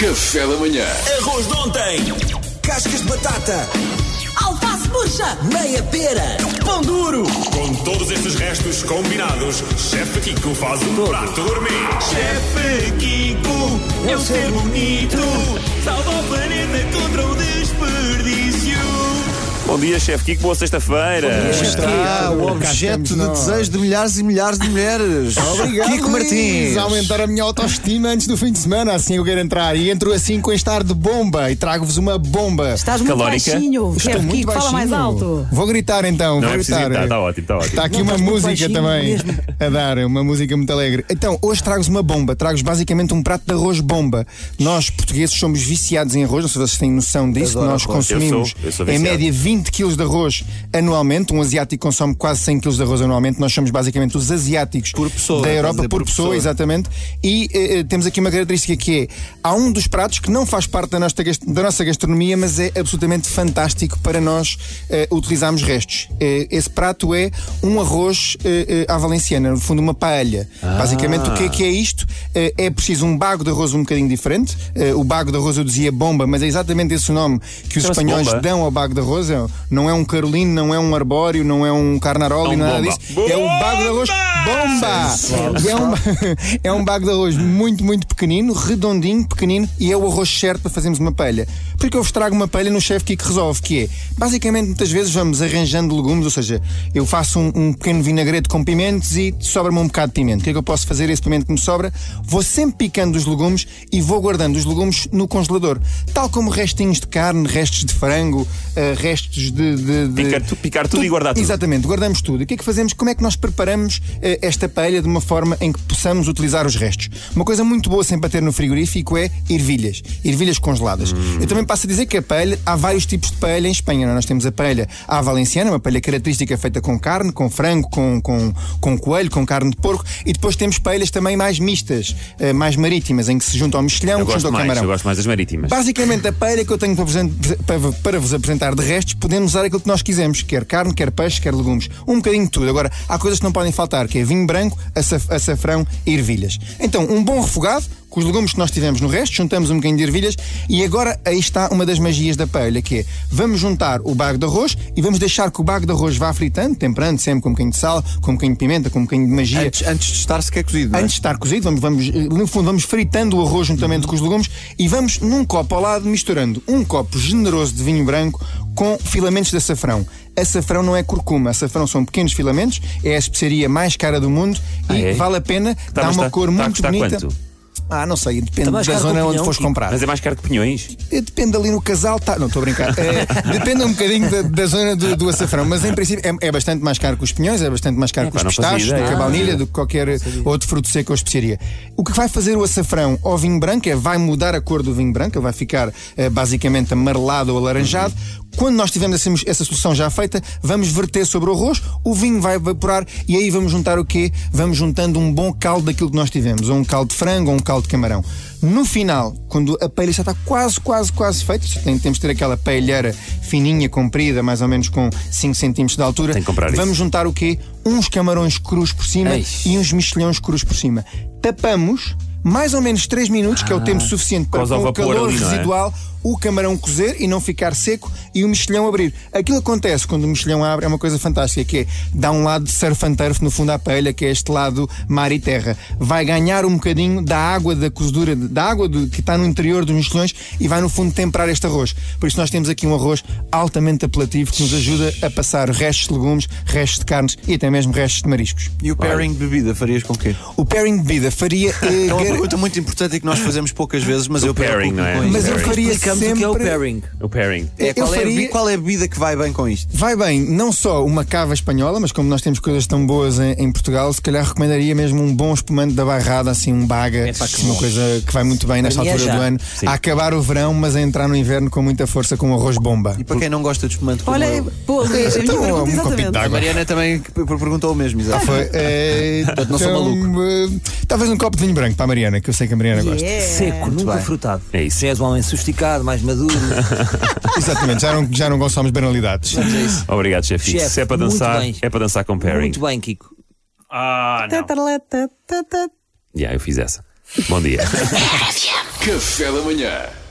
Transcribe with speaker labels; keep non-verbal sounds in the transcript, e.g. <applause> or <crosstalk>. Speaker 1: Café da manhã.
Speaker 2: Arroz de ontem. Cascas de batata.
Speaker 3: Alface murcha,
Speaker 2: Meia pera. Pão duro.
Speaker 4: Com todos estes restos combinados, Chefe Kiko faz um prato gourmet.
Speaker 5: Chefe Kiko é um ser bonito. Salva o planeta contra o desperdício.
Speaker 4: Bom dia, Chefe Kiko, boa sexta-feira.
Speaker 6: Ah,
Speaker 7: Está o objeto de desejo de milhares e milhares de mulheres.
Speaker 8: Obrigado,
Speaker 7: Kiko Martins.
Speaker 8: Luís, a aumentar a minha autoestima antes do fim de semana, assim eu quero entrar. E entro assim com este ar de bomba e trago-vos uma bomba.
Speaker 3: Estás muito
Speaker 4: Calórica.
Speaker 3: baixinho.
Speaker 8: Estou
Speaker 3: Chefe Kiko, fala mais
Speaker 8: baixinho.
Speaker 3: alto.
Speaker 8: Vou gritar então,
Speaker 4: Não
Speaker 8: vou
Speaker 4: é preciso
Speaker 8: gritar.
Speaker 4: gritar, está ótimo, está ótimo.
Speaker 8: Está aqui
Speaker 3: Não,
Speaker 8: uma
Speaker 3: estás muito
Speaker 8: música
Speaker 3: baixinho
Speaker 8: também
Speaker 3: mesmo.
Speaker 8: a dar, é uma música muito alegre. Então, hoje trago-vos uma bomba, trago-vos basicamente um prato de arroz bomba. Nós, portugueses, somos viciados em arroz, não sei se vocês têm noção disso,
Speaker 7: Adoro
Speaker 8: nós
Speaker 7: arroz.
Speaker 8: consumimos
Speaker 4: Eu sou- eu sou
Speaker 8: em
Speaker 4: viciado.
Speaker 8: média 20 quilos de arroz anualmente. Um asiático consome quase 100 quilos de arroz anualmente. Nós somos basicamente os asiáticos
Speaker 7: Por pessoa,
Speaker 8: da
Speaker 7: estás a
Speaker 8: Europa,
Speaker 7: dizer,
Speaker 8: por,
Speaker 7: por
Speaker 8: pessoa,
Speaker 7: pessoa.
Speaker 8: exatamente. E eh, eh, temos aqui uma característica que é, há um dos pratos que não faz parte da nossa, gast- da nossa gastronomia, mas é absolutamente fantástico para nós eh, utilizarmos restos. Eh, esse prato é um arroz eh, eh, à valenciana, no fundo uma paella.
Speaker 4: Ah.
Speaker 8: Basicamente, o que é que é isto? Eh, é preciso um bago de arroz um bocadinho diferente. Eh, o bago de arroz eu dizia bomba, mas é exatamente esse o nome que os
Speaker 4: Chama-se
Speaker 8: espanhóis
Speaker 4: bomba?
Speaker 8: dão ao bago de arroz. É- Não é um carolino, não é um arbóreo, não é um carnaroli,
Speaker 4: É um
Speaker 8: não é nada
Speaker 4: bomba.
Speaker 8: disso. É um bago de arroz bomba! E é, um, é um <laughs> bago de arroz muito, muito pequenino, redondinho, pequenino, e é o arroz certo para fazermos uma pelha. Porque eu vos trago uma pelha no chefe que resolve, que é, basicamente, muitas vezes vamos arranjando legumes, ou seja, eu faço um, um pequeno vinagrete com pimentos e sobra-me um bocado de pimento. O que é que eu posso fazer? Esse pimento que me sobra, vou sempre picando os legumes e vou guardando os legumes no congelador. Tal como restinhos de carne, restos de frango, eh, restos de. de- de-
Speaker 4: Picar tu- picar tudo e guardar tudo.
Speaker 8: Exatamente, guardamos tudo. O que é que fazemos? Como é que nós preparamos eh, esta paella de uma forma em que possamos utilizar os restos? Uma coisa muito boa sempre a ter no frigorífico é ervilhas, ervilhas congeladas. Eu também passo a dizer que a paella, há vários tipos de paella em Espanha. não é? Nós temos a paella à valenciana, uma paella característica feita com carne, com frango, com, com, com coelho, com carne de porco, e depois temos paellas também mais mistas, eh, mais marítimas, em que se junta ao mexilhão,
Speaker 4: Eu
Speaker 8: que se
Speaker 4: gosto
Speaker 8: junta ao
Speaker 4: mais,
Speaker 8: camarão.
Speaker 4: eu gosto mais das marítimas.
Speaker 8: Basicamente, a paella que eu tenho para vos, para- para vos apresentar de restos, podemos usar aquilo que nós quisermos, quer carne, quer peixe, quer legumes, um bocadinho de tudo. Agora, há coisas que não podem faltar, que é vinho branco, açaf- açafrão e ervilhas. Então, um bom refogado, com os legumes que nós tivemos no resto, juntamos um bocadinho de ervilhas e agora aí está uma das magias da paella, que é, vamos juntar o bago de arroz e vamos deixar que o bago de arroz vá fritando, temperando sempre com um bocadinho de sal, com um bocadinho de pimenta, com um bocadinho de magia.
Speaker 7: Antes, antes de estar sequer cozido. não é?
Speaker 8: Antes de estar cozido, vamos, vamos, eh, no fundo, vamos fritando o arroz juntamente com os legumes e vamos, num copo ao lado, misturando um copo generoso de vinho branco com filamentos de açafrão. Açafrão não é curcuma, açafrão são pequenos filamentos, é a especiaria mais cara do mundo e
Speaker 4: Ah, é?
Speaker 8: vale a pena,
Speaker 4: Tá,
Speaker 8: dá
Speaker 4: mas
Speaker 8: uma
Speaker 4: tá-
Speaker 8: cor
Speaker 4: tá a
Speaker 8: muito
Speaker 4: custar
Speaker 8: bonita.
Speaker 4: quanto?
Speaker 8: Ah, não sei, depende
Speaker 3: Tá mais
Speaker 8: da
Speaker 3: caro que
Speaker 8: zona
Speaker 3: o
Speaker 8: onde
Speaker 3: pinhão,
Speaker 8: fores
Speaker 3: Kiko.
Speaker 8: comprar.
Speaker 4: Mas é mais caro que pinhões.
Speaker 8: Eh, Depende ali no casal, tá. Não, estou
Speaker 4: <laughs>
Speaker 8: a brincar. Eh, depende um bocadinho da, da zona do, do açafrão, mas em princípio é, é bastante mais caro que os pinhões, é bastante mais caro
Speaker 4: É,
Speaker 8: que os
Speaker 4: pá, não fazia
Speaker 8: pistachos,
Speaker 4: ideia.
Speaker 8: do que a
Speaker 4: Ah.
Speaker 8: baunilha, do que qualquer outro fruto seco ou especiaria. O que vai fazer o açafrão ao vinho branco é vai mudar a cor do vinho branco, ele vai ficar eh, basicamente amarelado ou alaranjado.
Speaker 4: Uhum.
Speaker 8: Quando nós tivermos essa, essa solução já feita, vamos verter sobre o arroz, o vinho vai evaporar e aí vamos juntar o quê? Vamos juntando um bom caldo daquilo que nós tivemos, ou um caldo de frango ou um caldo de camarão. No final, quando a paella já está quase, quase, quase feita, só tem- temos de ter aquela paelheira fininha, comprida, mais ou menos com 5 cm de altura,
Speaker 4: Tem que comprar isso.
Speaker 8: vamos juntar o quê? Uns camarões crus por
Speaker 4: É
Speaker 8: cima
Speaker 7: Eish.
Speaker 8: e uns mexilhões crus por cima. Tapamos mais ou menos 3 minutos, que é o tempo suficiente para
Speaker 4: Ah, causa
Speaker 8: com
Speaker 4: o
Speaker 8: o
Speaker 4: vapor
Speaker 8: calor
Speaker 4: ali, não é?
Speaker 8: residual o camarão cozer e não ficar seco e o mexilhão abrir. Aquilo que acontece quando o mexilhão abre é uma coisa fantástica, que é dá um lado de surf and turf no fundo à paella, que é este lado mar e terra. Vai ganhar um bocadinho da água da cozedura, da água do- que está no interior dos mexilhões e vai no fundo temperar este arroz. Por isso nós temos aqui um arroz altamente apelativo que nos ajuda a passar restos de legumes, restos de carnes e até mesmo restos de mariscos.
Speaker 7: E o pairing de bebida farias com o quê?
Speaker 8: O pairing de bebida
Speaker 3: <laughs>
Speaker 8: faria...
Speaker 3: Então,
Speaker 8: eh,
Speaker 7: É uma
Speaker 8: gar-
Speaker 7: pergunta muito importante e que nós fazemos poucas vezes, mas eu preocupo-me
Speaker 4: pairing, não é?
Speaker 7: com
Speaker 8: mas
Speaker 7: isto.
Speaker 8: eu
Speaker 4: Pairing.
Speaker 8: faria
Speaker 3: Explicamos o
Speaker 8: sempre...
Speaker 3: que é o pairing.
Speaker 4: O pairing.
Speaker 7: É,
Speaker 8: eu
Speaker 7: qual, é a bebi-
Speaker 8: faria-
Speaker 7: qual é a bebida que vai bem com isto?
Speaker 8: Vai bem, não só uma cava espanhola, mas como nós temos coisas tão boas em, em Portugal, se calhar recomendaria mesmo um bom espumante da barrada, assim, um baga,
Speaker 3: Epá, que
Speaker 8: uma
Speaker 3: bom.
Speaker 8: coisa que vai muito bem nesta
Speaker 3: mim é
Speaker 8: altura
Speaker 3: já.
Speaker 8: do ano, a acabar o verão, mas a entrar no inverno com muita força com um arroz bomba.
Speaker 7: E para quem não gosta de espumante como
Speaker 3: Olha,
Speaker 7: eu,
Speaker 3: pô, Luís, a minha
Speaker 8: Então, um
Speaker 3: pergunta
Speaker 8: copinho de
Speaker 3: exatamente.
Speaker 8: água.
Speaker 7: a Mariana também que per- perguntou o mesmo,
Speaker 8: Ah,
Speaker 7: exato.
Speaker 8: foi. eh,
Speaker 7: não sou
Speaker 8: então, eh, talvez um copo de vinho branco para a Mariana, que eu sei que a Mariana
Speaker 7: é?
Speaker 8: gosta.
Speaker 3: Yeah.
Speaker 6: Seco, nunca
Speaker 7: bem.
Speaker 6: frutado.
Speaker 4: É isso.
Speaker 6: Se és um homem sofisticado,
Speaker 4: <laughs>
Speaker 6: mais maduro.
Speaker 8: Exatamente, já não, já não gostamos banalidades.
Speaker 6: Vamos a isso.
Speaker 4: Obrigado, chefe. Kiko.
Speaker 6: Chefe,
Speaker 4: Se é para
Speaker 6: muito
Speaker 4: dançar,
Speaker 6: bem.
Speaker 4: é para dançar com pairing.
Speaker 6: Muito bem, Kiko.
Speaker 4: Ah, não.
Speaker 3: Tatarlá, tatatá.
Speaker 4: Yeah, eu fiz essa. Bom dia.
Speaker 1: Café da Manhã